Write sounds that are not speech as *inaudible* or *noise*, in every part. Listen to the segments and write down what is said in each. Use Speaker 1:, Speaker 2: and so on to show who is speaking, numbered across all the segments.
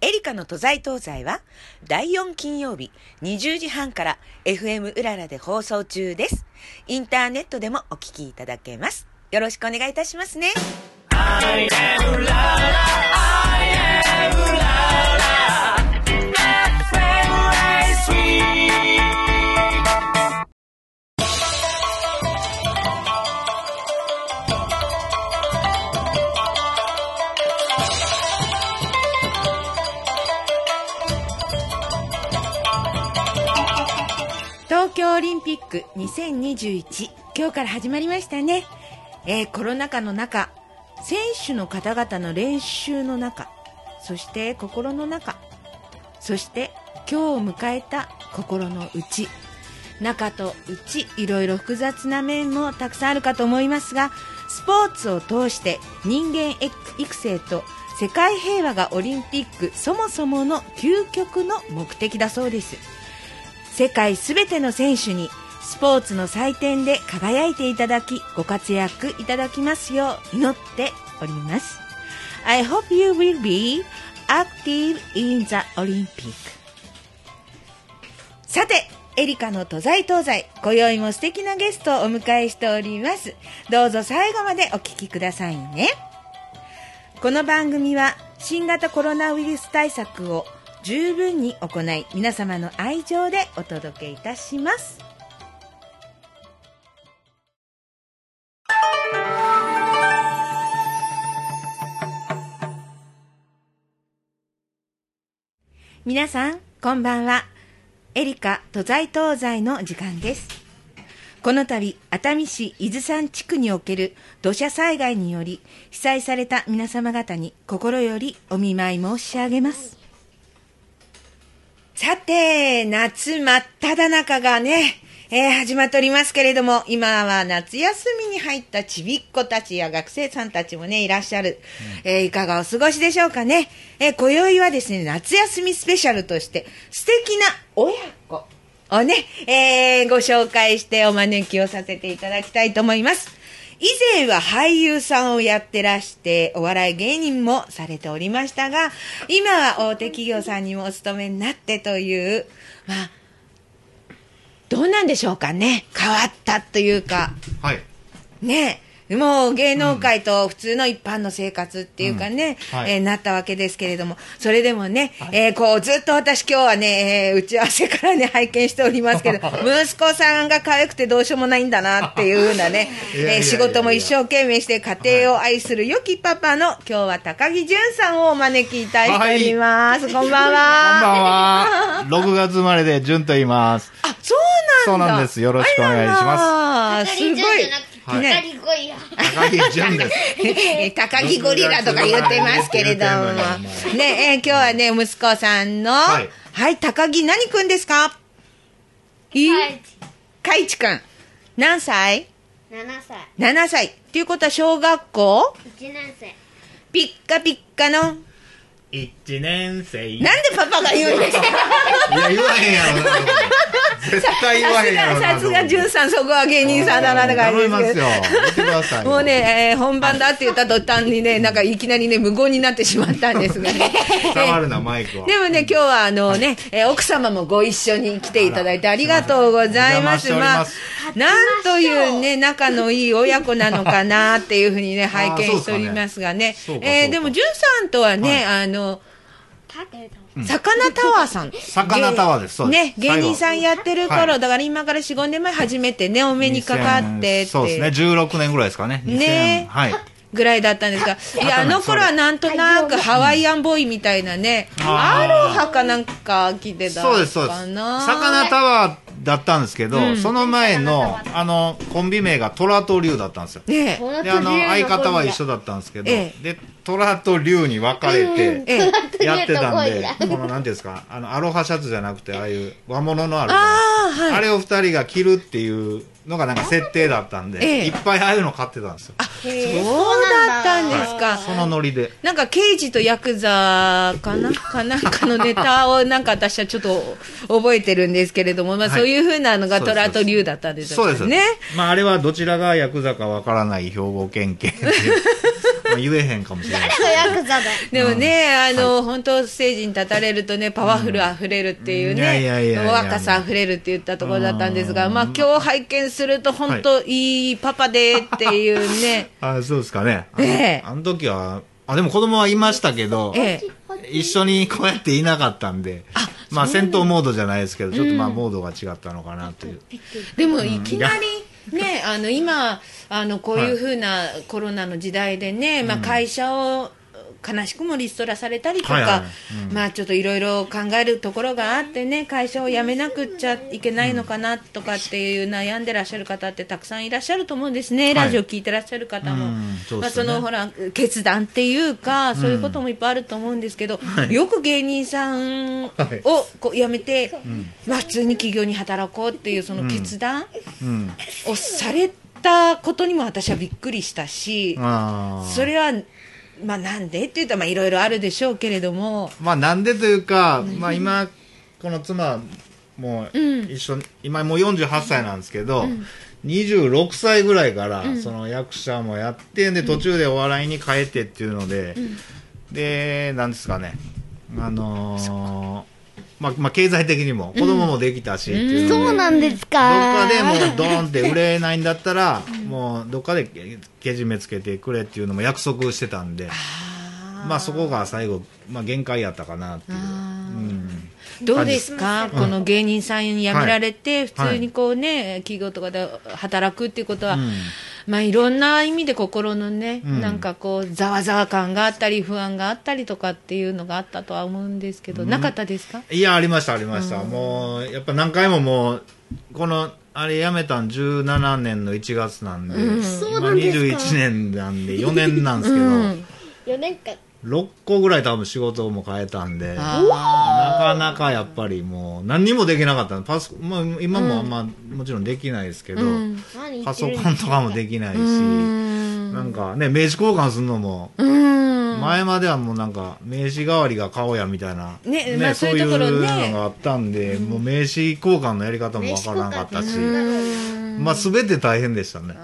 Speaker 1: エリカの都在東西は、第4金曜日20時半から FM うららで放送中です。インターネットでもお聞きいただけます。よろしくお願いいたしますね。東京オリンピック2021今日から始まりましたね、えーコロナ禍の中選手の方々の練習の中そして心の中そして今日を迎えた心の内中と内いろいろ複雑な面もたくさんあるかと思いますがスポーツを通して人間育成と世界平和がオリンピックそもそもの究極の目的だそうです世界すべての選手にスポーツの祭典で輝いていただきご活躍いただきますよう祈っております I hope you will be active in the Olympic さてエリカの都在東西今宵も素敵なゲストをお迎えしておりますどうぞ最後までお聞きくださいねこの番組は新型コロナウイルス対策を十分に行い皆様の愛情でお届けいたします皆さんこんばんはエリカ都在東西の時間ですこの度、熱海市伊豆山地区における土砂災害により、被災された皆様方に心よりお見舞い申し上げます。さて、夏真っ只中がね、えー始まっておりますけれども、今は夏休みに入ったちびっ子たちや学生さんたちもね、いらっしゃる。えーいかがお過ごしでしょうかね。えー今宵はですね、夏休みスペシャルとして、素敵な親子をね、えーご紹介してお招きをさせていただきたいと思います。以前は俳優さんをやってらして、お笑い芸人もされておりましたが、今は大手企業さんにもお勤めになってという、まあ、どうなんでしょうかね。変わったというか、
Speaker 2: はい。
Speaker 1: ねえもう芸能界と普通の一般の生活っていうかね、
Speaker 2: うんはい
Speaker 1: えーなったわけですけれども、それでもね、えーこうずっと私今日はね、えー打ち合わせからね、拝見しております
Speaker 2: *laughs*
Speaker 1: けど、息子さんが可愛くてどうしようもないんだなっていうふうなね、
Speaker 2: *laughs* いやいやいや
Speaker 1: え
Speaker 2: い
Speaker 1: ー
Speaker 2: や
Speaker 1: 仕事も一生懸命して家庭を愛する良きパパの、今日は高木淳さんをお招きいたしております。こんばん
Speaker 2: こんば
Speaker 1: は。
Speaker 2: んは。6月生まれで、じゅんと言います。
Speaker 1: あ、そうなんだ。
Speaker 2: そうなんですよろしくお願いしま
Speaker 1: あら
Speaker 2: す
Speaker 1: ら
Speaker 3: す
Speaker 1: すごい。
Speaker 3: ごい。
Speaker 2: はい
Speaker 3: ね、光ゴリラ。
Speaker 2: 高木じゅんです。
Speaker 1: えー高木ゴリラとか言ってますけれども
Speaker 2: 言ってんの。
Speaker 1: ね、えー今日はね、息子さんの、は
Speaker 2: はいい、
Speaker 1: 高木何くんですかい
Speaker 3: はい。
Speaker 1: かいちくん。何歳
Speaker 3: 七歳、
Speaker 1: ?7 歳。っていうことは小学校
Speaker 3: 一年生。
Speaker 1: ピッカピッカの。なんで
Speaker 2: 1年生。い
Speaker 1: パパが言うんですか
Speaker 2: や、言わへんやろな。絶対 *laughs* 言わへんやろな。
Speaker 1: さすが、じゅん
Speaker 2: 歳
Speaker 1: さん、そこは芸人さんだなって感じ
Speaker 2: 頼み
Speaker 1: です
Speaker 2: ます
Speaker 1: けど
Speaker 2: よ。。言ってください。
Speaker 1: もう。ね、えー本番だって言った途端に
Speaker 2: *laughs*
Speaker 1: ね、なんかいきなりね、無言になってしまったんですがね。
Speaker 2: 触るな、マイクを。
Speaker 1: でもね、今日はあのね、えー奥様もご一緒に来ていただいてありがとうございます。
Speaker 2: お邪
Speaker 1: ま
Speaker 2: 魔
Speaker 1: あ
Speaker 2: して、
Speaker 1: なんというね、仲のいい親子なのかなっていうふうにね、
Speaker 2: ー
Speaker 1: 拝見しておりますがね。
Speaker 2: *laughs* そうかそうか
Speaker 1: えーでも、じゅんさんとはね、あの、
Speaker 3: 立てた。
Speaker 1: 魚タワーさん。
Speaker 2: 魚タワーですそうです
Speaker 1: ね、芸人さんやってる頃、
Speaker 2: はい
Speaker 1: だから今から4、5年前初めてね、お目にかかってって。
Speaker 2: そうですね、16年ぐらいですかね。
Speaker 1: ね
Speaker 2: 2000はい。
Speaker 1: ぐらいだったん
Speaker 2: *laughs*
Speaker 1: ですが、いや、あの頃はなんとなくハワイアンボーイみたいなね、ア
Speaker 2: あ
Speaker 1: ロ
Speaker 2: ー
Speaker 1: ハかなんか着てたのかな。
Speaker 2: そうです、そうです。魚タワーだったんですけど、その前の、あの、コンビ名が虎と竜だったんですよ。
Speaker 1: ね *laughs* え。
Speaker 2: で
Speaker 3: で
Speaker 2: あの相方は一緒だったんですけど、
Speaker 1: え
Speaker 2: で虎と竜に分かれて
Speaker 1: ええ。
Speaker 2: *laughs* やってた
Speaker 1: *laughs*
Speaker 2: んで、
Speaker 3: 虎
Speaker 2: このなんていうんですかあのアロハシャツじゃなくてああいう和物のある
Speaker 1: あー
Speaker 2: じゃない
Speaker 1: はい
Speaker 2: あれを二人が着るっていうのがなんか設定だったんで、
Speaker 1: ええ
Speaker 2: いっぱいああいうの買ってたんですよ
Speaker 1: そうだったんですか。
Speaker 2: そのノリで
Speaker 1: なんか刑事とヤクザかな *laughs* かなんかのネタをなんか私はちょっと覚えてるんですけれども、まあ
Speaker 2: はい
Speaker 1: そういうふうなのが
Speaker 2: そうです
Speaker 1: 虎と竜だったんです
Speaker 2: そうです
Speaker 1: ね。
Speaker 2: まああれはどちらがヤクザかわからない兵庫県警っていう *laughs* まあ、言えへんかもし
Speaker 1: *laughs*
Speaker 2: れない。
Speaker 3: ヤクザだ。
Speaker 1: でもね、あの、本当ステージに立たれるとね、パワフルあふれるっていう
Speaker 2: うんいやいやい
Speaker 1: ね、
Speaker 2: やいや
Speaker 1: 若さあふれるって言ったところだったんですが、
Speaker 2: うん
Speaker 1: まあ今日拝見すると本当いいパパでっていうね、
Speaker 2: *laughs* あそうですかね。あ
Speaker 1: ええ
Speaker 2: あの時は、あ、でも子供はいましたけど、
Speaker 1: ええ、
Speaker 2: 一緒にこうやっていなかったんで、まあ戦闘モードじゃないですけど、ちょっとまあモードが違ったのかなという。
Speaker 1: でもいきなりね、あの今あのこういうふうなコロナの時代でね、まあ会社を悲しくもリストラされたりとか、
Speaker 2: はいはいうん
Speaker 1: まあちょっといろいろ考えるところがあってね、会社を辞めなくちゃいけないのかなとかっていう悩んでらっしゃる方ってたくさんいらっしゃると思うんですね。ラジオ聞いてらっしゃる方も、
Speaker 2: うんそう
Speaker 1: ま
Speaker 2: で
Speaker 1: あ
Speaker 2: す
Speaker 1: そ
Speaker 2: よね
Speaker 1: のほら決断っていうかそういうこともいっぱいあると思うんですけど、よく芸人さんを
Speaker 2: はい
Speaker 1: こう辞めて、まあ普通に企業に働こうっていうその決断
Speaker 2: うん。
Speaker 1: をされたことにも私はびっくりしたし、
Speaker 2: あー
Speaker 1: それはまあなんでって言ったらまあいろいろあるでしょうけれども、
Speaker 2: まあなんでというか、まあ今、この妻も
Speaker 1: うん
Speaker 2: 一緒に、今もう48歳なんですけど、26歳ぐらいから、その役者もやって、で、途中でお笑いに変えてっていうので、で、なんですかね、あのーまあ、まあ経済的にも、子供もできたしっていうので、
Speaker 3: そうなんです
Speaker 2: どっか
Speaker 3: か
Speaker 2: でもうドーンって売れないんだったら、もうどっかでけけじめつけてくれっていうのも約束してたんで、まあそこが最後、まあ限界やったかなっていう。うん
Speaker 1: どうですか、この芸人さん辞められて、普通にこうね、企業とかで働くっていうことは、
Speaker 2: ん
Speaker 1: まあ、いろんな意味で心のね、
Speaker 2: うん
Speaker 1: なんかこう、ざわざわ感があったり、不安があったりとかっていうのがあったとは思うんですけど、なかったですか
Speaker 2: いや、ありました、ありました。もう、やっぱ何回ももう、この、あれ辞めたん17年の1月なんで、
Speaker 3: そう
Speaker 2: 今
Speaker 3: なんですか
Speaker 2: 21年なんで4年なんですけど、
Speaker 3: 4年間。
Speaker 2: 6個ぐらい多分仕事も変えたんで、な
Speaker 1: あ
Speaker 2: かなかやっぱりもう何にもできなかったのパソコン、まあ、今もあんまもちろんできないですけど、
Speaker 3: 何言
Speaker 2: パ
Speaker 3: って
Speaker 2: ソ
Speaker 3: る
Speaker 2: コンとかもできないし、なんかね、名刺交換するのも、
Speaker 1: ーうん、
Speaker 2: 前まではもうなんか名刺代わりが顔やみたいな、
Speaker 1: ねまあそういうところね
Speaker 2: そういうのがあったんで、もう名刺交換のやり方もわからなかったし、まあ全て大変でしたね。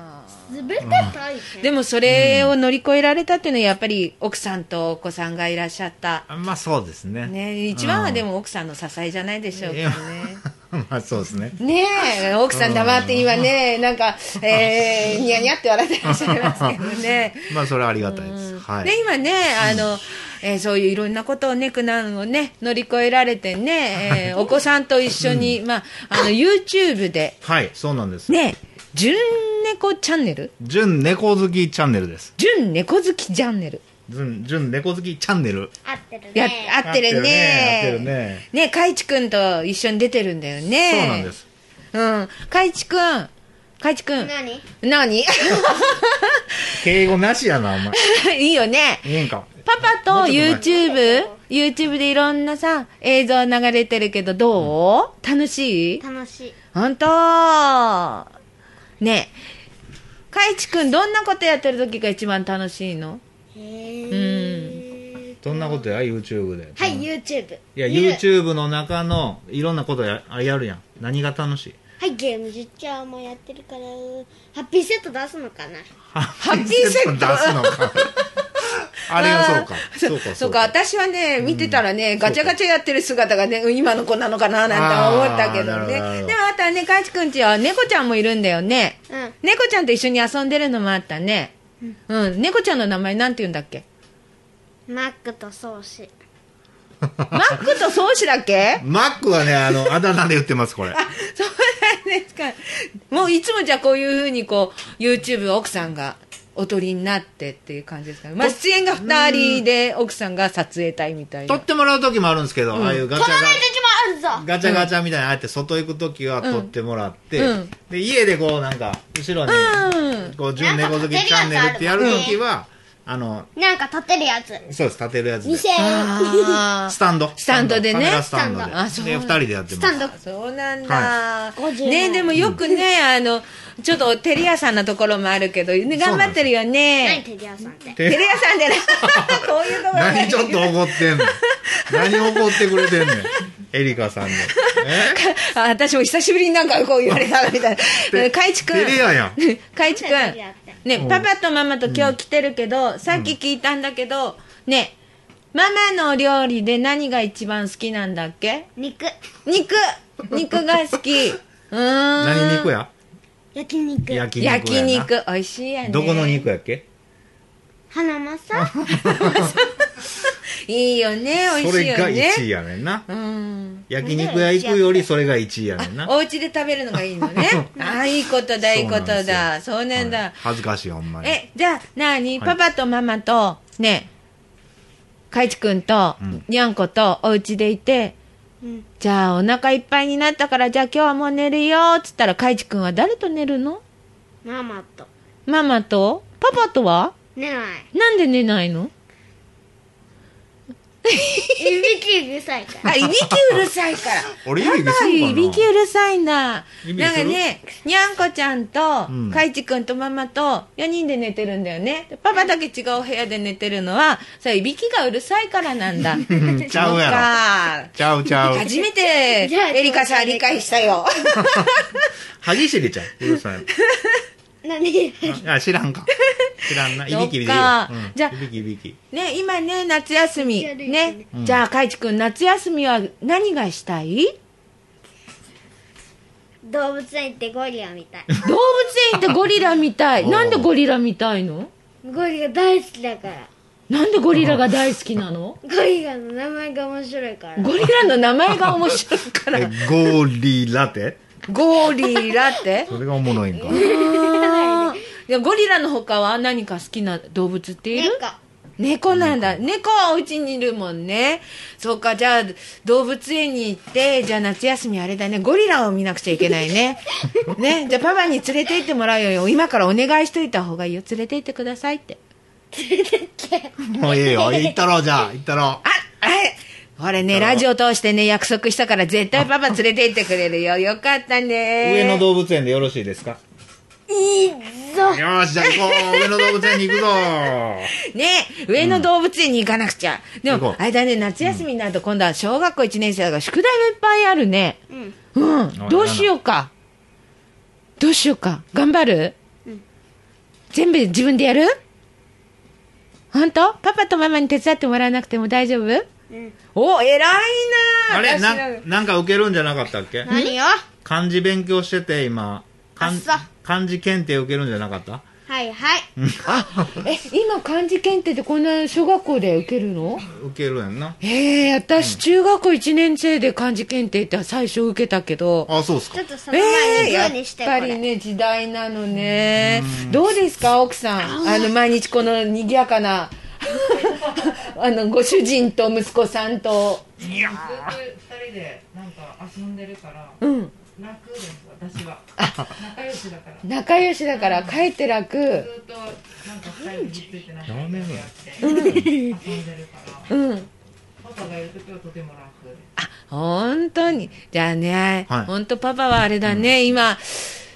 Speaker 3: 滑った大変。
Speaker 1: でもそれを乗り越えられたっていうのは、やっぱり奥さんとお子さんがいらっしゃった、
Speaker 2: まあそうですね。
Speaker 1: ね、一番はでも奥さんの支えじゃないでしょうか
Speaker 2: い
Speaker 1: ね
Speaker 2: や。 *laughs* まあそうですね。
Speaker 1: ねえ、奥さん黙って今ね、なんか、えー、ニヤニヤって笑ってらっしゃいますけどね。
Speaker 2: まあそれはありがたいです。 *laughs* はい。
Speaker 1: で、今ね、あの、えーそういういろんなことをね、苦難をね、乗り越えられてね、えー
Speaker 2: *laughs*
Speaker 1: お子さんと一緒に、まあ、あの、YouTube で、
Speaker 2: はい、そうなんです。
Speaker 1: ね、純猫チャンネル
Speaker 2: 純猫好きチャンネルです。
Speaker 1: 純猫好きチャンネル。
Speaker 2: 純純猫好きチャンネル。
Speaker 3: 合ってる
Speaker 1: や、
Speaker 3: ね。
Speaker 1: 合ってるね。
Speaker 2: 合ってるね
Speaker 1: ね、かいちくんと一緒に出てるんだよね。
Speaker 2: そうなんで。す。
Speaker 1: うん。かいちくん、かいちくん、
Speaker 3: 何
Speaker 1: 何 *laughs*
Speaker 2: 敬語なしやな、お前。
Speaker 1: いいよね。
Speaker 2: いいんか。
Speaker 1: パパと
Speaker 2: もう
Speaker 1: YouTube、YouTube でいろんなさ、映像流れてるけど、どう、楽しい
Speaker 3: 楽しい。
Speaker 1: 本当ねえ、かいちくん、どんなことやってる時が一番楽しいの
Speaker 3: へー。
Speaker 2: どんなことや、YouTube で。
Speaker 3: はい、YouTube。
Speaker 2: いや、
Speaker 3: 見る
Speaker 2: YouTube の中のいろんなことややるやん。何が楽しい
Speaker 3: はい、ゲーム実況もやってるから、ハッピーセット出すのかな
Speaker 2: ハ
Speaker 1: ッピーセット
Speaker 2: 出すのか。あれがそうか。そう
Speaker 1: *laughs*
Speaker 2: か、
Speaker 1: そうか、私はね、見てたらね、ガチャガチャやってる姿がね、うん今の子なのかななんて思ったけど
Speaker 2: あーなるほどなる
Speaker 1: ね。
Speaker 2: ほど
Speaker 1: でもあとはね、かいちくんちは猫ちゃんもいるんだよね。
Speaker 3: うん。
Speaker 1: 猫ちゃんと一緒に遊んでるのもあったね。うん、猫ちゃんの名前なんて言うんだっけ
Speaker 3: マックとソーシ。
Speaker 1: マックと宗師だっけ
Speaker 2: マックはね、あの、あだ名で言ってます、これ。
Speaker 1: *laughs* そうなんですか。もういつもじゃあこういうふうにこう、YouTube 奥さんがおとりになってっていう感じですかね。まあ出演が2人で奥さんが撮影隊みたい
Speaker 2: 撮
Speaker 1: な
Speaker 2: っ。てもらう時もあるんですけど、ああいうガチャガチャ。
Speaker 3: ちもあるぞ
Speaker 2: ガチャガチャみたいなのあって外行く時は取ってもらって、
Speaker 1: うんうん
Speaker 2: で家でこうなんか後ろに
Speaker 1: うん
Speaker 2: こう純猫好きチャンネルってやる時は、あの
Speaker 3: なんか立ってるやつ。
Speaker 2: そうです立てるやつで
Speaker 3: 2000円。
Speaker 1: あー
Speaker 2: スタンド
Speaker 1: スタンドでね
Speaker 2: カメラスタンドで
Speaker 3: スタン
Speaker 1: ドあそう
Speaker 2: で二人でやって
Speaker 3: ス
Speaker 2: ま
Speaker 3: タ
Speaker 2: す
Speaker 3: ンド。
Speaker 1: そうなんだ、
Speaker 3: 50
Speaker 1: ねでもよくね、あのちょっと照れ屋さんなところもあるけど、ね、頑張ってるよ
Speaker 3: 何
Speaker 1: ね
Speaker 3: テリアさんって。
Speaker 1: 照れ屋さんじ *laughs* ゃないこういうところね
Speaker 2: 何ちょっと怒ってんの何怒ってくれてんねんエリカさんのえ
Speaker 1: あ私も久しぶりになんかこう言われたみたいなかいちくん *laughs*
Speaker 2: 照れ屋やん
Speaker 1: かいちくん
Speaker 3: 何やってん
Speaker 1: ね
Speaker 2: うん
Speaker 1: パパとママと今日来てるけど、さっき聞いたんだけどねママのお料理で何が一番好きなんだっけ
Speaker 3: 肉
Speaker 1: 肉肉が好
Speaker 2: *laughs*
Speaker 1: きうーん
Speaker 2: 何肉や
Speaker 3: 焼肉
Speaker 2: 焼肉やな
Speaker 1: 焼肉美味しいやね
Speaker 2: どこの肉やっけ
Speaker 3: 花マサ
Speaker 1: いいよね美味
Speaker 2: そ
Speaker 1: しい
Speaker 2: れ
Speaker 1: よ
Speaker 2: が
Speaker 1: ね
Speaker 2: 1位やねんな
Speaker 1: うん
Speaker 2: 焼肉屋行くよりそれが1位やねんな
Speaker 1: お家で食べるのがいいのね
Speaker 2: *laughs*
Speaker 1: ああいいことだいいことだそう
Speaker 2: は
Speaker 1: ないんだ、
Speaker 2: 恥ずかしいほんまに
Speaker 1: えじゃあ何、
Speaker 2: はい
Speaker 1: パパとママとねかいちくんと
Speaker 2: うん
Speaker 1: にゃんことお家でいて、
Speaker 3: うん
Speaker 1: じゃあお腹いっぱいになったからじゃあ今日はもう寝るよっつったらかいちくんは誰と寝るの
Speaker 3: ママと
Speaker 1: ママとパパとは
Speaker 3: 寝ない
Speaker 1: なんで寝ないの
Speaker 3: いびきうるさいから
Speaker 1: あいびきうるさい
Speaker 2: *laughs*
Speaker 1: から
Speaker 2: 俺いびきする
Speaker 1: いびきうるさいんだ
Speaker 2: いびき
Speaker 1: なん
Speaker 2: す
Speaker 1: か
Speaker 2: る
Speaker 1: ねにゃんこちゃんと、
Speaker 2: うん
Speaker 1: かいちくんとママと4人で寝てるんだよねでパパだけ違う部屋で寝てるのはそれいびきがうるさいからなん
Speaker 2: *laughs*
Speaker 1: だ
Speaker 2: うんちゃうやろ
Speaker 1: ろ
Speaker 2: ちゃうちゃう *laughs*
Speaker 1: 初めて
Speaker 3: じゃあ
Speaker 1: エリカさん理解したよ
Speaker 2: 萩尻ちゃんうるさい
Speaker 3: 何
Speaker 2: ああ知らんか知らんないびきいびき
Speaker 1: そっか
Speaker 2: うん
Speaker 1: じゃあ
Speaker 2: いびきいびき
Speaker 1: ね今ね夏休み
Speaker 3: やるよ
Speaker 1: ね
Speaker 3: ね、
Speaker 2: うん
Speaker 1: じゃあかいちくん夏休みは何がしたい
Speaker 3: 動物園行ってゴリラみたい
Speaker 1: 動物園行ってゴリラみたい
Speaker 2: おう
Speaker 1: なんでゴリラみたいの
Speaker 3: ゴリラ大好きだから
Speaker 1: なんでゴリラが大好きなの
Speaker 3: ゴリラの名前が面白いから
Speaker 1: ゴリラの名前が面白いから
Speaker 2: えゴリラテ
Speaker 1: ゴリラって *laughs*
Speaker 2: それがおもろ *laughs* いんか
Speaker 1: あーいやゴリラの他は何か好きな動物っている
Speaker 3: 猫
Speaker 1: 猫なんだ猫はお家にいるもんねそうかじゃあ動物園に行ってじゃあ夏休みあれだねゴリラを見なくちゃいけない
Speaker 2: *laughs*
Speaker 1: ねねじゃあパパに連れて行ってもらうよ今からお願いしといた方がいいよ連れて行ってくださいって
Speaker 2: もういいよ行ったろうじゃあ行ったろ
Speaker 1: あはいこれねラジオ通してね約束したから絶対パパ連れて行ってくれるよよかった
Speaker 2: う
Speaker 1: ね
Speaker 2: 上野動物園でよろしいですか
Speaker 3: いいぞ
Speaker 2: よーしじゃあ行こう上野動物園に行 *laughs* くぞ
Speaker 1: *laughs* ね上野動物園に行かなくちゃ、で
Speaker 2: 行
Speaker 1: も
Speaker 2: こう
Speaker 1: あれだね夏休みになると今度は小学校1年生だから宿題もいっぱいあるね
Speaker 3: うん
Speaker 1: うん、
Speaker 2: い
Speaker 1: どうしようか。どうしようか。頑張る、全部自分でやる本当パパとママに手伝ってもらわなくても大丈夫
Speaker 3: うん
Speaker 1: お、偉いな
Speaker 2: あれ
Speaker 1: 私ら
Speaker 2: ななんか受けるんじゃなかったっけ
Speaker 3: 何よ
Speaker 2: 漢字勉強してて今漢
Speaker 3: あっそう
Speaker 2: 漢字検定受けるんじゃなかった
Speaker 3: はいはい
Speaker 1: え、今漢字検定ってこんな小学校で受けるの
Speaker 2: 受けるやんな
Speaker 1: ええ私中学校1年生で漢字検定って最初受けたけど。
Speaker 2: あそうっす
Speaker 3: ち
Speaker 2: か
Speaker 3: ょっとその前にグーにして
Speaker 1: えー
Speaker 3: こ
Speaker 1: やっぱ
Speaker 3: れ、
Speaker 1: りね時代なのねどうですか奥さんあの毎日この賑やかな *laughs* あのご主人と息子さんと
Speaker 2: いや
Speaker 4: 二人でなんか遊んでるから
Speaker 1: うん
Speaker 4: 楽です私は仲良しだから
Speaker 1: 仲良しだから帰って楽
Speaker 4: ずっとなんか二人にひっついて仲良
Speaker 2: やめろよ
Speaker 4: く遊んでるから
Speaker 1: うん
Speaker 4: パパがいる時はとても楽です
Speaker 1: 本当にじゃあね、
Speaker 2: はい
Speaker 1: 本当パパはあれだね、今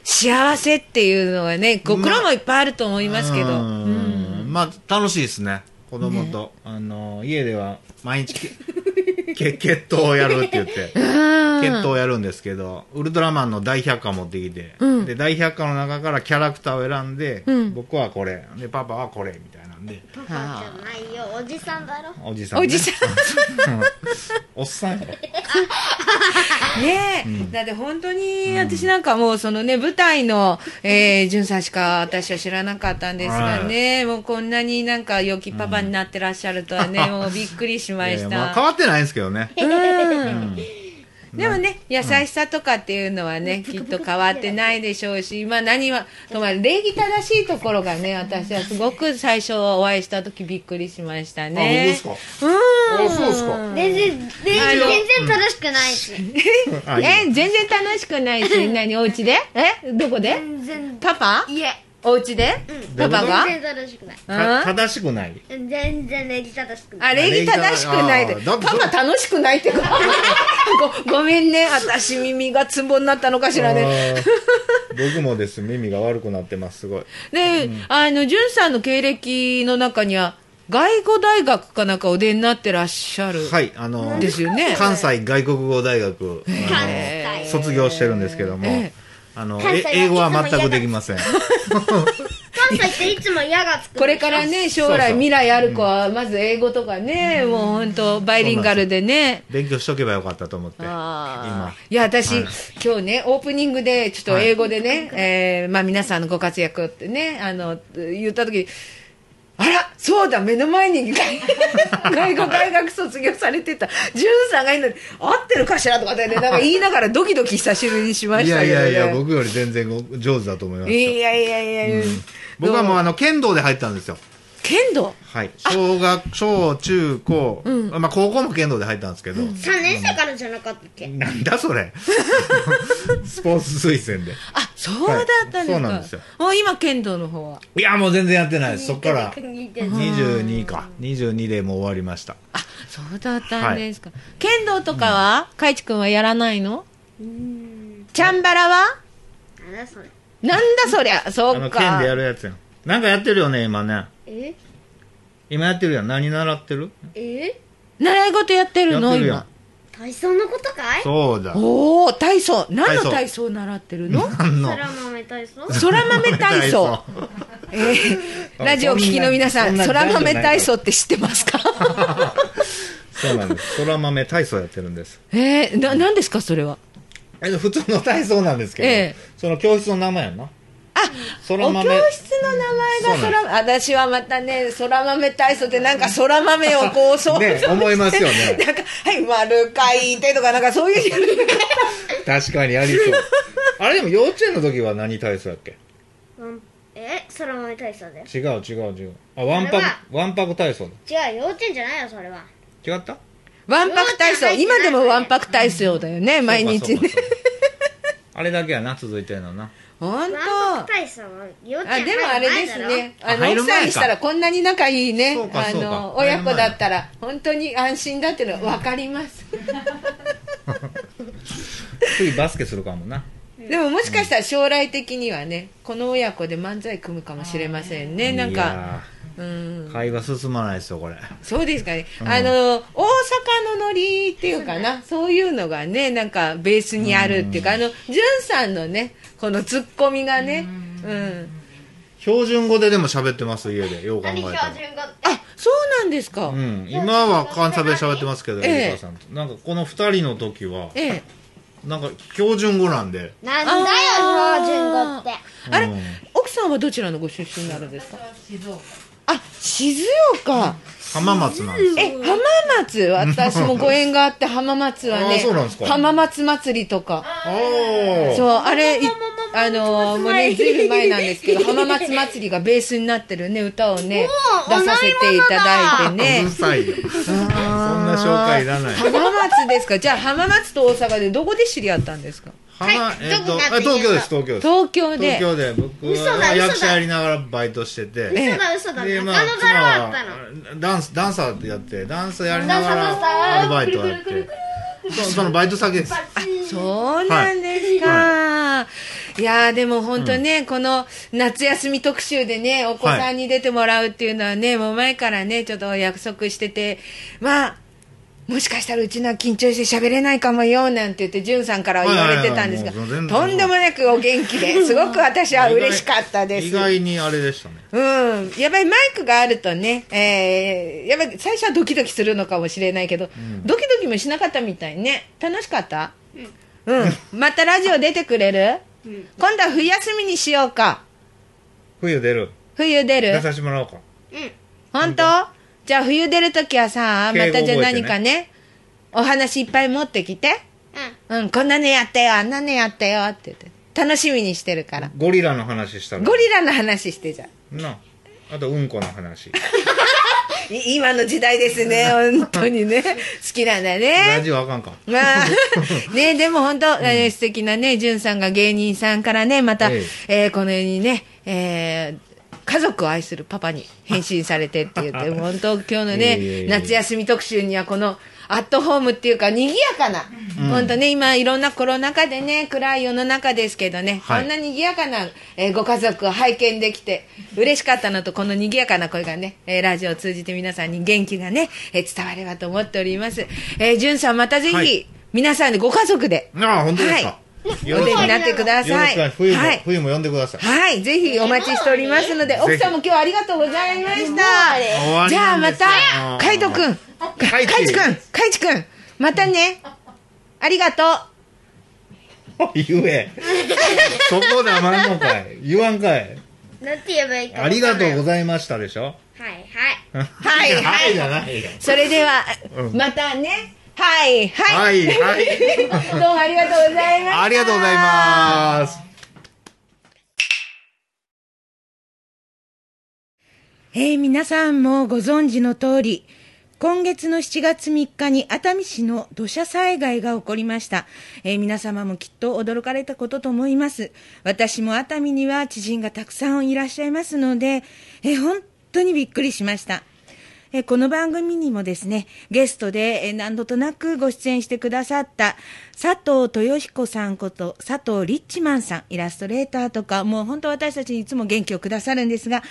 Speaker 1: 幸せっていうのがねご苦労もいっぱいあると思いますけど、
Speaker 2: うーんまあ楽しいですね子供と、あの家では毎日け *laughs* け決闘をやるって言って
Speaker 1: *laughs* うん
Speaker 2: 決闘をやるんですけど、ウルトラマンの大百科持ってきて、
Speaker 1: うん
Speaker 2: で大百科の中からキャラクターを選んで、
Speaker 1: うん
Speaker 2: 僕はこれでパパはこれみたいなんで
Speaker 3: パパじゃないよおじさんだろ
Speaker 2: おじさん、ね、
Speaker 1: おじさん
Speaker 2: *laughs* おっさんやろ
Speaker 1: ねえ、だって本当に私なんかもうそのね舞台の、えー、潤さんしか私は知らなかったんですがね、もうこんなになんか良きパパになってらっしゃるとはね、もうびっくりしま
Speaker 2: いやい
Speaker 1: し
Speaker 2: や
Speaker 1: た、
Speaker 2: まあ変わってないんですけどね
Speaker 1: うんでもね優しさとかっていうのはね、きっと変わってないでしょうしまあ何はとまあ礼儀正しいところがね私はすごく最初お会いした時びっくりしましたね
Speaker 2: あ本当
Speaker 1: う
Speaker 2: で
Speaker 1: ん
Speaker 2: あそうですか
Speaker 3: 全然全然全然楽しくないし
Speaker 2: すかあいいね
Speaker 1: *laughs* え全然楽しくない
Speaker 2: *laughs*
Speaker 1: し何お家でえどこで
Speaker 3: 全然
Speaker 1: パパ
Speaker 3: いえ
Speaker 1: お家で、
Speaker 2: どうい
Speaker 1: パ
Speaker 2: うこと
Speaker 1: パが
Speaker 3: 全然楽しくない
Speaker 2: た
Speaker 1: うん
Speaker 2: 正しくない
Speaker 3: 全然礼儀正しくない
Speaker 1: あ礼儀正しくないで
Speaker 2: あー
Speaker 1: パ
Speaker 2: だってそれ
Speaker 1: パ楽しくないっ
Speaker 2: *laughs*
Speaker 1: てかごごめんね私耳がツボになったのかしらね
Speaker 2: あー *laughs* 僕もです耳が悪くなってますすごい
Speaker 1: で、あのんさんの経歴の中には外語大学かなんかお出になってらっしゃる、
Speaker 2: はいあの
Speaker 1: ですよね
Speaker 2: 関西外国語大学あの
Speaker 3: 関西
Speaker 2: 卒業してるんですけども、
Speaker 1: ええ
Speaker 2: あの
Speaker 3: 関
Speaker 2: え
Speaker 3: 西はいつも
Speaker 2: 英語は全くできません
Speaker 3: 関西っていつも矢がつく
Speaker 1: これからね将
Speaker 2: そうそう
Speaker 1: 来未来ある子はまず英語とかね、もう本当バイリンガルでね
Speaker 2: 勉強しとけばよかったと思って
Speaker 1: あ
Speaker 2: 今
Speaker 1: あいや私、
Speaker 2: はい
Speaker 1: 今日ねオープニングでちょっと英語でね、えーまあ、皆さんのご活躍ってねあの言った時にあらそうだ目の前に *laughs* 外語大学卒業されてたジュンさんがいるのに合ってるかしらとかってねなんか言いながらドキドキ久しぶりにしま
Speaker 2: い
Speaker 1: した
Speaker 2: や
Speaker 1: け
Speaker 2: い
Speaker 1: ど、ね、
Speaker 2: やいや僕より全然ご上手だと思います
Speaker 1: い
Speaker 2: よ
Speaker 1: やいやいやいや
Speaker 2: 僕はもうあ
Speaker 1: の
Speaker 2: の剣道で入ったんですよ
Speaker 1: 剣道
Speaker 2: はい小学小中高、まあ高校も剣道で入ったんですけど、
Speaker 3: 3年生からじゃなかったっけ
Speaker 2: なんだそ
Speaker 1: *laughs*
Speaker 2: れスポーツ推薦で
Speaker 1: あそうだったんですか、
Speaker 2: はいそうなんですよ
Speaker 1: もう今剣道の方はい
Speaker 2: やもう全然やってないですそっから
Speaker 3: 似てる
Speaker 2: 22か22でもう終わりました
Speaker 1: あそうだったんですか、剣道とかは、かいちくんはやらないのチャンバラは
Speaker 3: なんだそれ
Speaker 1: なんだそりゃ
Speaker 2: あ
Speaker 1: そ
Speaker 2: の
Speaker 1: う
Speaker 2: 剣
Speaker 1: か
Speaker 2: でやるやつやんなんかやってるよね今ね
Speaker 3: え
Speaker 2: 今やってるやん何習ってる
Speaker 3: え
Speaker 1: 習い事やってる
Speaker 2: やっ
Speaker 1: の
Speaker 2: てるやん
Speaker 1: 今
Speaker 3: 体操のことかい
Speaker 2: そうだ
Speaker 1: おお体操何
Speaker 2: 体操
Speaker 1: の体操習ってるの
Speaker 2: 何 *laughs* の
Speaker 3: 空豆体操
Speaker 1: そら豆体操えーラジオを聞きの皆さ
Speaker 2: そん
Speaker 1: ん
Speaker 2: な
Speaker 1: そら豆体操って知ってますか
Speaker 2: そうなんですそら豆体操やってるんです
Speaker 1: えー、な何ですかそれは
Speaker 2: え普通の体操なんですけど、
Speaker 1: ええ
Speaker 2: その教室の名前やんなそら
Speaker 1: お教
Speaker 2: 豆
Speaker 1: 室の名前
Speaker 2: そう
Speaker 1: が空私はまたね空豆体操ってなんか空豆をこう想像
Speaker 2: ね
Speaker 1: して
Speaker 2: 思いますよね
Speaker 1: *laughs* なんか「はい丸かいて」とかなんかそういう
Speaker 2: *laughs* 確かにありそうあれでも幼稚園の時は何体操やっけ
Speaker 3: うんえ空豆体操だよ
Speaker 2: 違う違う違うあわんぱ
Speaker 3: それは
Speaker 2: くわんぱく体操
Speaker 3: 違う幼稚園じゃないよそれは
Speaker 2: だ違った
Speaker 1: わんぱく体操今でもわんぱく体操だよね毎日
Speaker 2: そうか
Speaker 1: ね
Speaker 2: そうかそうかあれだけやな続いてるのな
Speaker 1: 本
Speaker 3: ワンパ
Speaker 1: 当
Speaker 3: ク体操は幼稚
Speaker 1: あ
Speaker 3: 園
Speaker 1: でもあれです
Speaker 3: 入る前だろ
Speaker 1: ねあの
Speaker 2: 入る
Speaker 1: 奥
Speaker 2: 前か
Speaker 1: さんにしたらこんなに仲いいね
Speaker 2: そうか
Speaker 1: あ
Speaker 2: そうか
Speaker 1: の親子だったら本当に安心だっていうのは分かります
Speaker 2: 次バスケするかもな
Speaker 1: でももしかしたら将来的にはねこの親子で漫才組むかもしれませんねなん
Speaker 2: い
Speaker 1: か
Speaker 2: や
Speaker 1: うん
Speaker 2: ー会話進まないですよこれ
Speaker 1: そうですかね、あの大阪のノリっていうかな、そういうのがね、なんかベースにあるっていうか、あのじゅんさんのね、このツッコミがね、うん、
Speaker 2: 標準語ででも喋ってます家でよう考え
Speaker 3: 何
Speaker 2: た
Speaker 3: 標
Speaker 2: ら
Speaker 3: 準語って
Speaker 1: あそうなんですか、
Speaker 2: うん、今は関西弁喋ってますけど、
Speaker 1: ええ
Speaker 2: エリカさんとなんかこの二人の時は
Speaker 1: ええ、
Speaker 2: なんか標準語なんで、
Speaker 3: なんだ
Speaker 1: あー
Speaker 3: よ標準語って
Speaker 1: あれ
Speaker 2: うん、
Speaker 1: 奥さんはどちらのご出身になるんですか、
Speaker 4: 静岡
Speaker 1: あ静岡、
Speaker 2: 浜松なんですよ
Speaker 1: え浜松、私もご縁があって、浜松は
Speaker 2: あー
Speaker 1: ね
Speaker 2: そうなんです、か
Speaker 1: 浜松祭りとか。
Speaker 2: お
Speaker 1: そう
Speaker 2: う
Speaker 1: あれい
Speaker 3: 浜松
Speaker 1: あのーもうねずいぶん前なんです
Speaker 3: *laughs*
Speaker 1: けど浜松祭りがベースになってるね歌をね
Speaker 3: お
Speaker 1: 出
Speaker 3: ー
Speaker 1: させていただいてね
Speaker 2: るさいよそんな紹介いらない
Speaker 1: 浜松ですかじゃあ浜松と大阪でどこで知り合ったんですか
Speaker 2: 浜えっと
Speaker 3: どこ
Speaker 2: あ
Speaker 3: だって言えば
Speaker 2: 東京です東京です
Speaker 1: 東京で
Speaker 2: 東京で僕
Speaker 3: 嘘だ嘘
Speaker 2: は
Speaker 3: だ
Speaker 2: 役者やりながらバイトしてて
Speaker 3: 嘘だ嘘だ
Speaker 2: で
Speaker 3: 中
Speaker 2: まあ
Speaker 3: 野
Speaker 2: 妻
Speaker 3: からはあったの
Speaker 2: はダンスダンサーやってダンスやりなが
Speaker 3: ダンサーダンサ
Speaker 2: ら
Speaker 3: ー
Speaker 2: アルバイトやってそそのバイト先です
Speaker 1: そうなんですか、い、やーでも本当ね、この夏休み特集でねお子さんに出てもらうっていうのはね、もう前からねちょっと約束しててまあもしかしたらうちのは緊張して喋れないかもよなんて言ってじゅんさんから言われてたんですが
Speaker 2: はいは
Speaker 1: と
Speaker 2: いはいもうん全然
Speaker 1: でもなくお元
Speaker 2: *laughs*
Speaker 1: 気ですごく私は嬉しかったです
Speaker 2: 意外にあれでしたね
Speaker 1: うん、やっぱりマイクがあるとね、えー、やっぱり最初はドキドキするのかもしれないけど、ドキドキもしなかったみたいね楽しかったうん、またラジオ出てくれる、
Speaker 3: ん
Speaker 1: 今度は冬休みにしようか
Speaker 2: 冬出る
Speaker 1: 冬出
Speaker 2: 出
Speaker 1: る
Speaker 2: させてもらおうか
Speaker 1: 本当じゃあ冬出るときはさま
Speaker 2: 敬語
Speaker 1: たじゃあ
Speaker 2: 覚えてね
Speaker 1: 何かねお話いっぱい持ってきてうんこんなのやったよあんなのやったよって言って楽しみにしてるから
Speaker 2: ゴリラの話したら
Speaker 1: ゴリラの話してじゃん
Speaker 2: なあとうんこの話
Speaker 1: い今の時代ですね、本当にね、好きなんだ
Speaker 2: ラ
Speaker 1: ね。
Speaker 2: ジオあかんか
Speaker 1: まあ、 *laughs* ねでも本当、えー素敵なね、じゅんさんが芸人さんからね、また、え
Speaker 2: え
Speaker 1: ーこのようにね、えー家族を愛するパパに変身されてって言
Speaker 2: *laughs*
Speaker 1: って、もう本当、今日のね、
Speaker 2: いえいえいえ
Speaker 1: 夏休み特集には、このアットホームっていうか、賑やかな、本当ね、今、いろんなコロナ禍でね、暗い世の中ですけどね、
Speaker 2: はい
Speaker 1: こんな賑やかな、えーご家族を拝見できて嬉しかったのとこの賑やかな声がね、えーラジオを通じて皆さんに元気がね、えー伝わればと思っております。えー、じゅんさんまたぜひ、
Speaker 2: はい
Speaker 1: 皆さんでご家族で。
Speaker 2: ああ本当ですか、
Speaker 1: はい
Speaker 2: よ
Speaker 1: お
Speaker 2: ろし
Speaker 1: 出
Speaker 2: く
Speaker 1: になってくだ
Speaker 2: よろ
Speaker 1: さ
Speaker 2: し
Speaker 1: い。
Speaker 2: くね冬も、
Speaker 1: はい。
Speaker 2: 冬も呼んでください。
Speaker 1: はい、ぜひお待ちしておりますので、奥さんも今日はありがとうございました。
Speaker 2: 終わり
Speaker 1: じゃあ
Speaker 2: なん
Speaker 1: ま
Speaker 2: です
Speaker 1: た
Speaker 2: よ、
Speaker 1: カイトくん、カイチくん、カイチくん、またね。ありがとう。
Speaker 2: 言え。そこ黙んのかい。言わんかい。
Speaker 3: なんて言えばいいか
Speaker 2: ありがとうご
Speaker 3: う
Speaker 2: ざいましたでしょ。
Speaker 3: はいはい
Speaker 2: はい
Speaker 1: はい
Speaker 2: *laughs* はいじゃないよ。
Speaker 1: それでは、
Speaker 2: うん
Speaker 1: またね。はい、は。
Speaker 2: はいいはい。
Speaker 1: どうもありがとうございました。
Speaker 2: ありがとうございます。
Speaker 1: えー皆さんもご存知の通り、今月の7月3日に熱海市の土砂災害が起こりました。えー皆様もきっと驚かれたことと思います。私も熱海には知人がたくさんいらっしゃいますので、えー本当にびっくりしました。えーこの番組にもですね、ゲストでえー何度となくご出演してくださった佐藤豊彦さんこと佐藤リッチマンさん、イラストレーターとか、もう本当私たちにいつも元気をくださるんですが、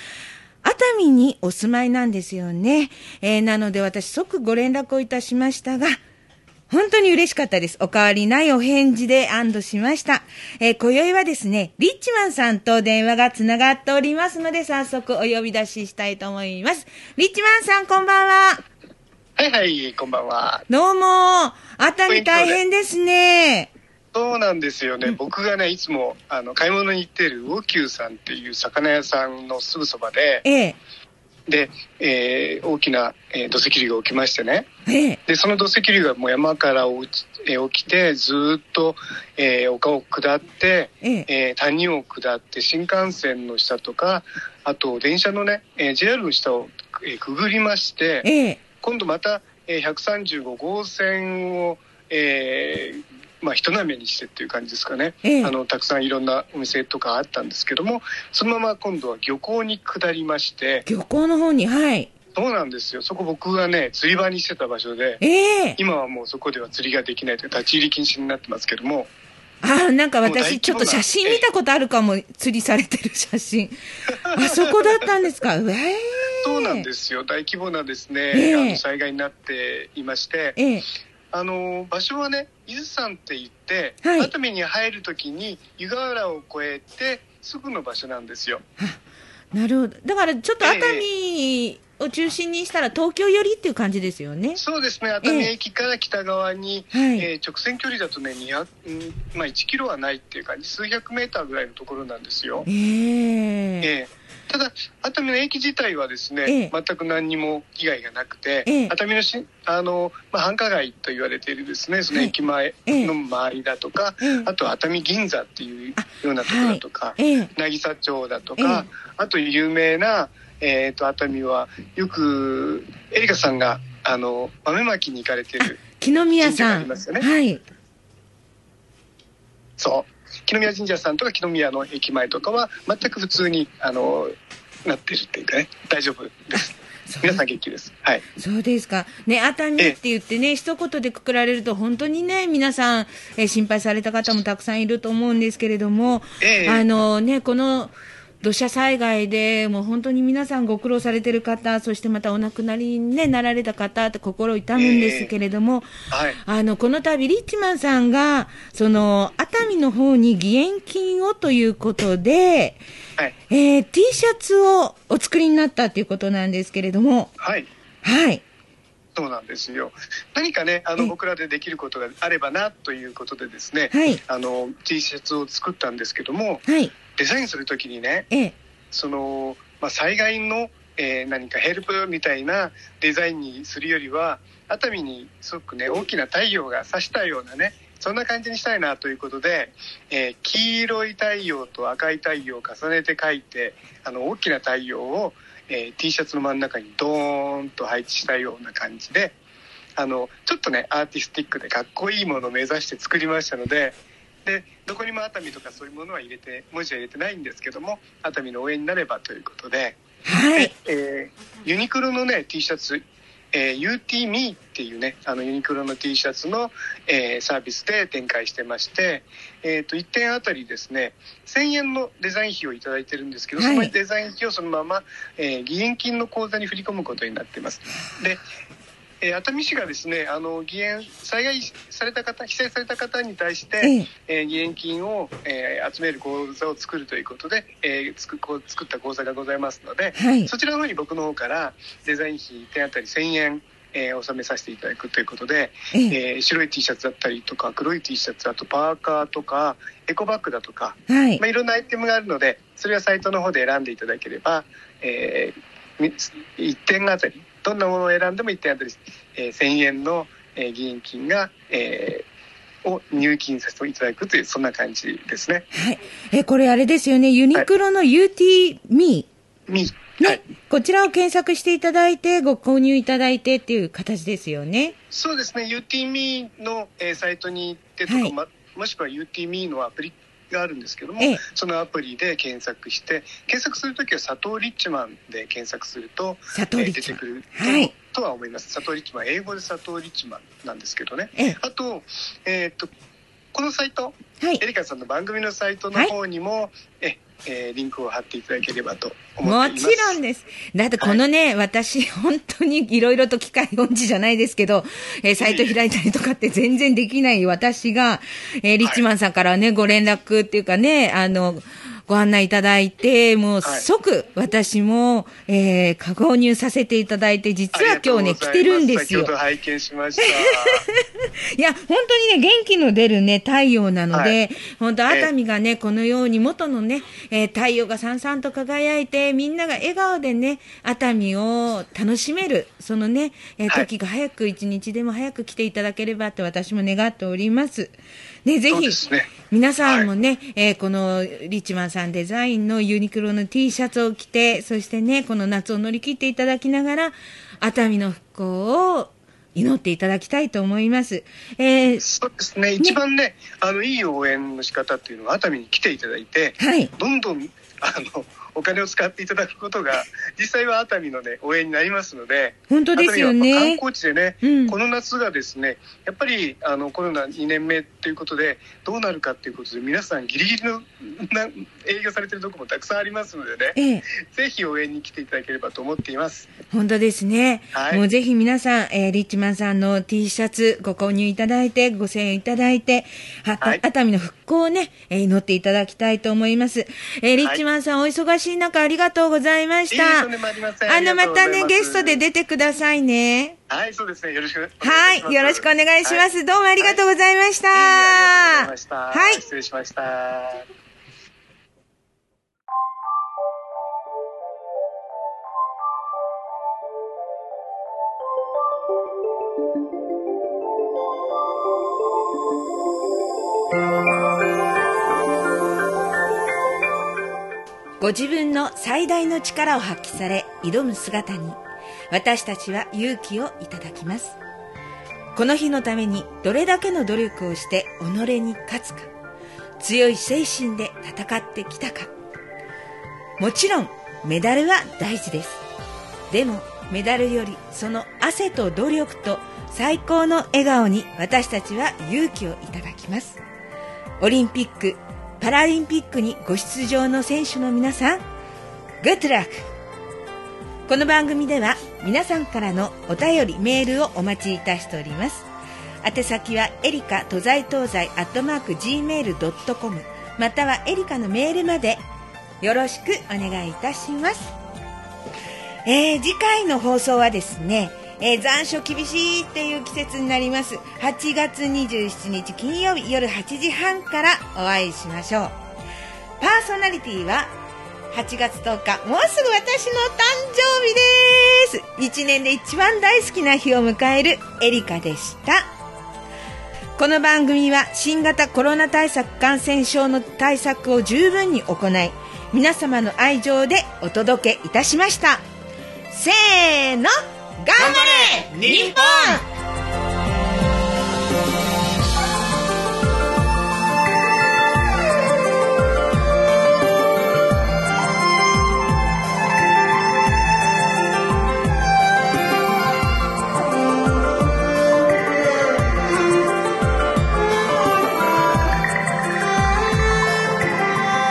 Speaker 1: 熱海にお住まいなんですよね。えーなので私即ご連絡をいたしましたが、本当に嬉しかったです。お変わりないお返事で安堵しました。えー今宵はですね、リッチマンさんと電話がつながっておりますので、早速お呼び出ししたいと思います。リッチマンさん、こんばんは。
Speaker 5: はいはい、こんばんは。
Speaker 1: どうも、熱海大変ですね。
Speaker 5: そうなんですよね、僕がね、いつもあの買い物に行ってる魚久さんっていう魚屋さんのすぐそばで、
Speaker 1: ええ、
Speaker 5: で、えー大きな、えー土石流が起きましてね、
Speaker 1: ええ、
Speaker 5: で、その土石流がもう山から落ち,、えー起きて、ずーっと、えー丘を下って、
Speaker 1: ええ、
Speaker 5: えー谷を下って、新幹線の下とか、あと電車のね、えー JR の下を、えーくぐりまして、
Speaker 1: ええ、
Speaker 5: 今度また、えー135号線を、えーまあ、人波にしてっていう感じですかね、
Speaker 1: ええ
Speaker 5: あのたくさんいろんなお店とかあったんですけどもそのまま今度は漁港に下りまして
Speaker 1: 漁港の方に、はい。
Speaker 5: そうなんですよそこ僕がね釣り場にしてた場所で
Speaker 1: ええ、
Speaker 5: 今はもうそこでは釣りができないという立ち入り禁止になってますけども
Speaker 1: あーなんか
Speaker 5: もう
Speaker 1: 私、
Speaker 5: 大規模な
Speaker 1: ちょっと写真見たことあるかも、釣りされてる写真。あそこだったんです
Speaker 5: *laughs*
Speaker 1: か。ええ。
Speaker 5: そうなんですよ大規模なですね、
Speaker 1: ええ
Speaker 5: あの災害になっていまして、
Speaker 1: ええ、
Speaker 5: あの場所はね伊豆山って言って、
Speaker 1: はい
Speaker 5: 熱海に入るときに湯河原を越えてすぐの場所なんですよ。
Speaker 1: なるほど。だから、ちょっと熱海を中心にしたら、東京寄りっていう感じですよね。
Speaker 5: そうですね熱海駅から北側に、
Speaker 1: はい
Speaker 5: えー直線距離だとね200、うんまあ、1キロはないっていう感じ数百メーターぐらいのところなんですよ。
Speaker 1: え
Speaker 5: え
Speaker 1: え
Speaker 5: えただ熱海の駅自体はですね、
Speaker 1: ええ
Speaker 5: 全く何にも被害がなくて、
Speaker 1: ええ
Speaker 5: 熱海のしあの、まあ、繁華街と言われているですねその駅前の周りだとか、
Speaker 1: ええ
Speaker 5: あと熱海銀座っていうようなところだとか、
Speaker 1: ええ
Speaker 5: 渚町だとか、
Speaker 1: え
Speaker 5: あと有名な、えー、と熱海はよくエリカさんがあの豆まきに行かれてる
Speaker 1: 木の宮さん。
Speaker 5: 神社がありますよね
Speaker 1: はい。
Speaker 5: そう木宮神社さんとか木宮の駅前とかは全く普通にあのなってるっていうかね大丈夫です
Speaker 1: *laughs* そう
Speaker 5: 皆さん元気ですはい
Speaker 1: そうですか。ね、熱海って言ってね、一言でくくられると、本当にね、皆さん、えー心配された方もたくさんいると思うんですけれども、
Speaker 5: ええ
Speaker 1: あのね、この土砂災害でもう本当に皆さんご苦労されてる方、そしてまたお亡くなりに、ね、なられた方って心痛むんですけれども、
Speaker 5: はい
Speaker 1: あの、この度、リッチマンさんが、その、熱海の方に義援金をということで、
Speaker 5: はい
Speaker 1: えー T シャツをお作りになったということなんですけれども、
Speaker 5: はい
Speaker 1: はい。
Speaker 5: そうなんですよ何かねあ
Speaker 1: え
Speaker 5: の僕らでできることがあればなということでですね、
Speaker 1: はい
Speaker 5: あの T シャツを作ったんですけども
Speaker 1: はい。
Speaker 5: デザインするときにね
Speaker 1: ええ。
Speaker 5: その、まあ、災害の、えー何かヘルプみたいなデザインにするよりは熱海にすごくね大きな太陽が差したようなねそんな感じにしたいなということで、えー黄色い太陽と赤い太陽を重ねて描いてあの大きな太陽を、えー T シャツの真ん中にドーンと配置したような感じであのちょっとねアーティスティックでかっこいいものを目指して作りましたのででどこにも熱海とかそういうものは入れて文字は入れてないんですけども熱海の応援になればということで、
Speaker 1: はい。
Speaker 5: でえーユニクロのね T シャツ、えー UTME っていうねあのユニクロの T シャツの、えーサービスで展開してまして、えー、と1点あたりですね1000円のデザイン費を頂いただいてるんですけど、
Speaker 1: はい
Speaker 5: そのデザイン費をそのまま、えー義援金の口座に振り込むことになってます。でえー熱海市がですねあの義援災害された方被災された方に対して、
Speaker 1: ええ
Speaker 5: えー義援金を、えー集める口座を作るということで、えーつくこう作った口座がございますので、
Speaker 1: はい
Speaker 5: そちらの方に僕の方からデザイン費1点あたり1000円、えー納めさせていただくということで、
Speaker 1: ええ
Speaker 5: えー白い T シャツだったりとか黒い T シャツあとパーカーとかエコバッグだとか、
Speaker 1: はい
Speaker 5: まあ、いろんなアイテムがあるのでそれはサイトの方で選んでいただければ、え1点あたりどんなものを選んでも1点あたり、えー1000円の、えー、議員金が、えーを入金させていただくというそんな感じですね。
Speaker 1: はい。え、これあれですよね。ユニクロの UTME。
Speaker 5: み
Speaker 1: ね、
Speaker 5: はい
Speaker 1: こちらを検索していただいて、ご購入いただいてっていう形ですよね。
Speaker 5: そうですね UTME の、えーサイトに行ってとか、
Speaker 1: はい
Speaker 5: まもしくは UTME のアプリがあるんですけども、
Speaker 1: ええ
Speaker 5: そのアプリで検索して検索するときは「佐藤リッチマン」で検索すると、
Speaker 1: 佐藤リッチマン
Speaker 5: えー出てくる、
Speaker 1: はい
Speaker 5: とは思います佐藤リッチマン英語で佐藤リッチマンなんですけどね
Speaker 1: ええ
Speaker 5: あと,、えーっとこのサイト
Speaker 1: はい
Speaker 5: エ。リカさんの番組のサイトの方にも、ええーリンクを貼っていただければと思
Speaker 1: も
Speaker 5: っています
Speaker 1: ちろんです。だってこのね、私、本当にいろいろと機械音痴じゃないですけど、えーサイト開いたりとかって全然できない私が、えーリッチマンさんからね、ご連絡っていうかね、あの、ご案内いただいて、もう
Speaker 5: はい
Speaker 1: 即私も、えー、か購入させていただいて、実は今日ね、
Speaker 5: ありがとうございま
Speaker 1: 来てるんですよ
Speaker 5: 先ほ。ど拝見しま
Speaker 1: *laughs*
Speaker 5: した。
Speaker 1: いや、本当にね、元気の出るね、太陽なので、
Speaker 5: は
Speaker 1: 本当、熱海がね、このように元のね、えー太陽がさんさんと輝いて、みんなが笑顔でね、熱海を楽しめる、そのね、えー
Speaker 5: はい
Speaker 1: 時が早く、一日でも早く来ていただければって私も願っております。ね、ぜ
Speaker 5: そう
Speaker 1: ひ
Speaker 5: ですね、
Speaker 1: 皆さんもね、えーこのリッチマンさんデザインのユニクロの T シャツを着て、そしてね、この夏を乗り切っていただきながら、熱海の復興を祈っていただきたいと思います。えー
Speaker 5: そうですね、一番ね、あのいい応援の仕方っていうのは、熱海に来ていただいて、
Speaker 1: はい。
Speaker 5: どんどんあのお金を使っていただくことが、実際は熱海の、ね、応援になりますので、
Speaker 1: 本当ですよね
Speaker 5: 熱海はやっぱ観光地でね、
Speaker 1: うん
Speaker 5: この夏がですね、やっぱりあのコロナ2年目ということで、どうなるかということで、皆さん、ギリギリのな営業されてるところもたくさんありますのでね、
Speaker 1: えー
Speaker 5: ぜひ応援に来ていただければと思っています。
Speaker 1: 本当ですね、
Speaker 5: はい
Speaker 1: もうぜひ皆さん、えーリッチマンさんの T シャツご購入いただいてご声援いただいてはた
Speaker 5: はい
Speaker 1: 熱海の復興をね、えー祈っていただきたいと思います、えーリッチマンさん、お忙しい中ありがとうございまし
Speaker 5: いえいえ
Speaker 1: た
Speaker 5: とんでもありません
Speaker 1: あの
Speaker 5: ありが
Speaker 1: ま
Speaker 5: とうござ
Speaker 1: た
Speaker 5: います
Speaker 1: ねゲストで出てくださいね
Speaker 5: はい、そうですね、よろしくお願いします。
Speaker 1: はいよろしくお願いします、
Speaker 5: はい
Speaker 1: どうもありがとうございました、
Speaker 5: いえいえありがとうございました。
Speaker 1: はい
Speaker 5: 失礼しました。
Speaker 1: ご自分の最大の力を発揮され挑む姿に私たちは勇気をいただきますこの日のためにどれだけの努力をして己に勝つか強い精神で戦ってきたかもちろんメダルは大事ですでもメダルよりその汗と努力と最高の笑顔に私たちは勇気をいただきますオリンピック・パラリンピックにご出場の選手の皆さん、グッドラックこの番組では皆さんからのお便り、メールをお待ちいたしております。宛先はエリカ東西東西アットマーク Gmail.com またはエリカのメールまでよろしくお願いいたします。えー次回の放送はですね、えー残暑厳しいっていう季節になります8月27日金曜日夜8時半からお会いしましょうパーソナリティは8月10日もうすぐ私の誕生日です1年で一番大好きな日を迎えるエリカでしたこの番組は新型コロナ対策感染症の対策を十分に行い皆様の愛情でお届けいたしましたせーの頑張れ日本
Speaker 6: 「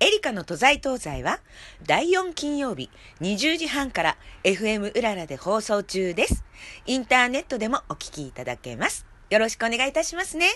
Speaker 1: エリカの都在東西は第4金曜日20時半から FM うららで放送中です。インターネットでもお聞きいただけます。よろしくお願いいたしますね。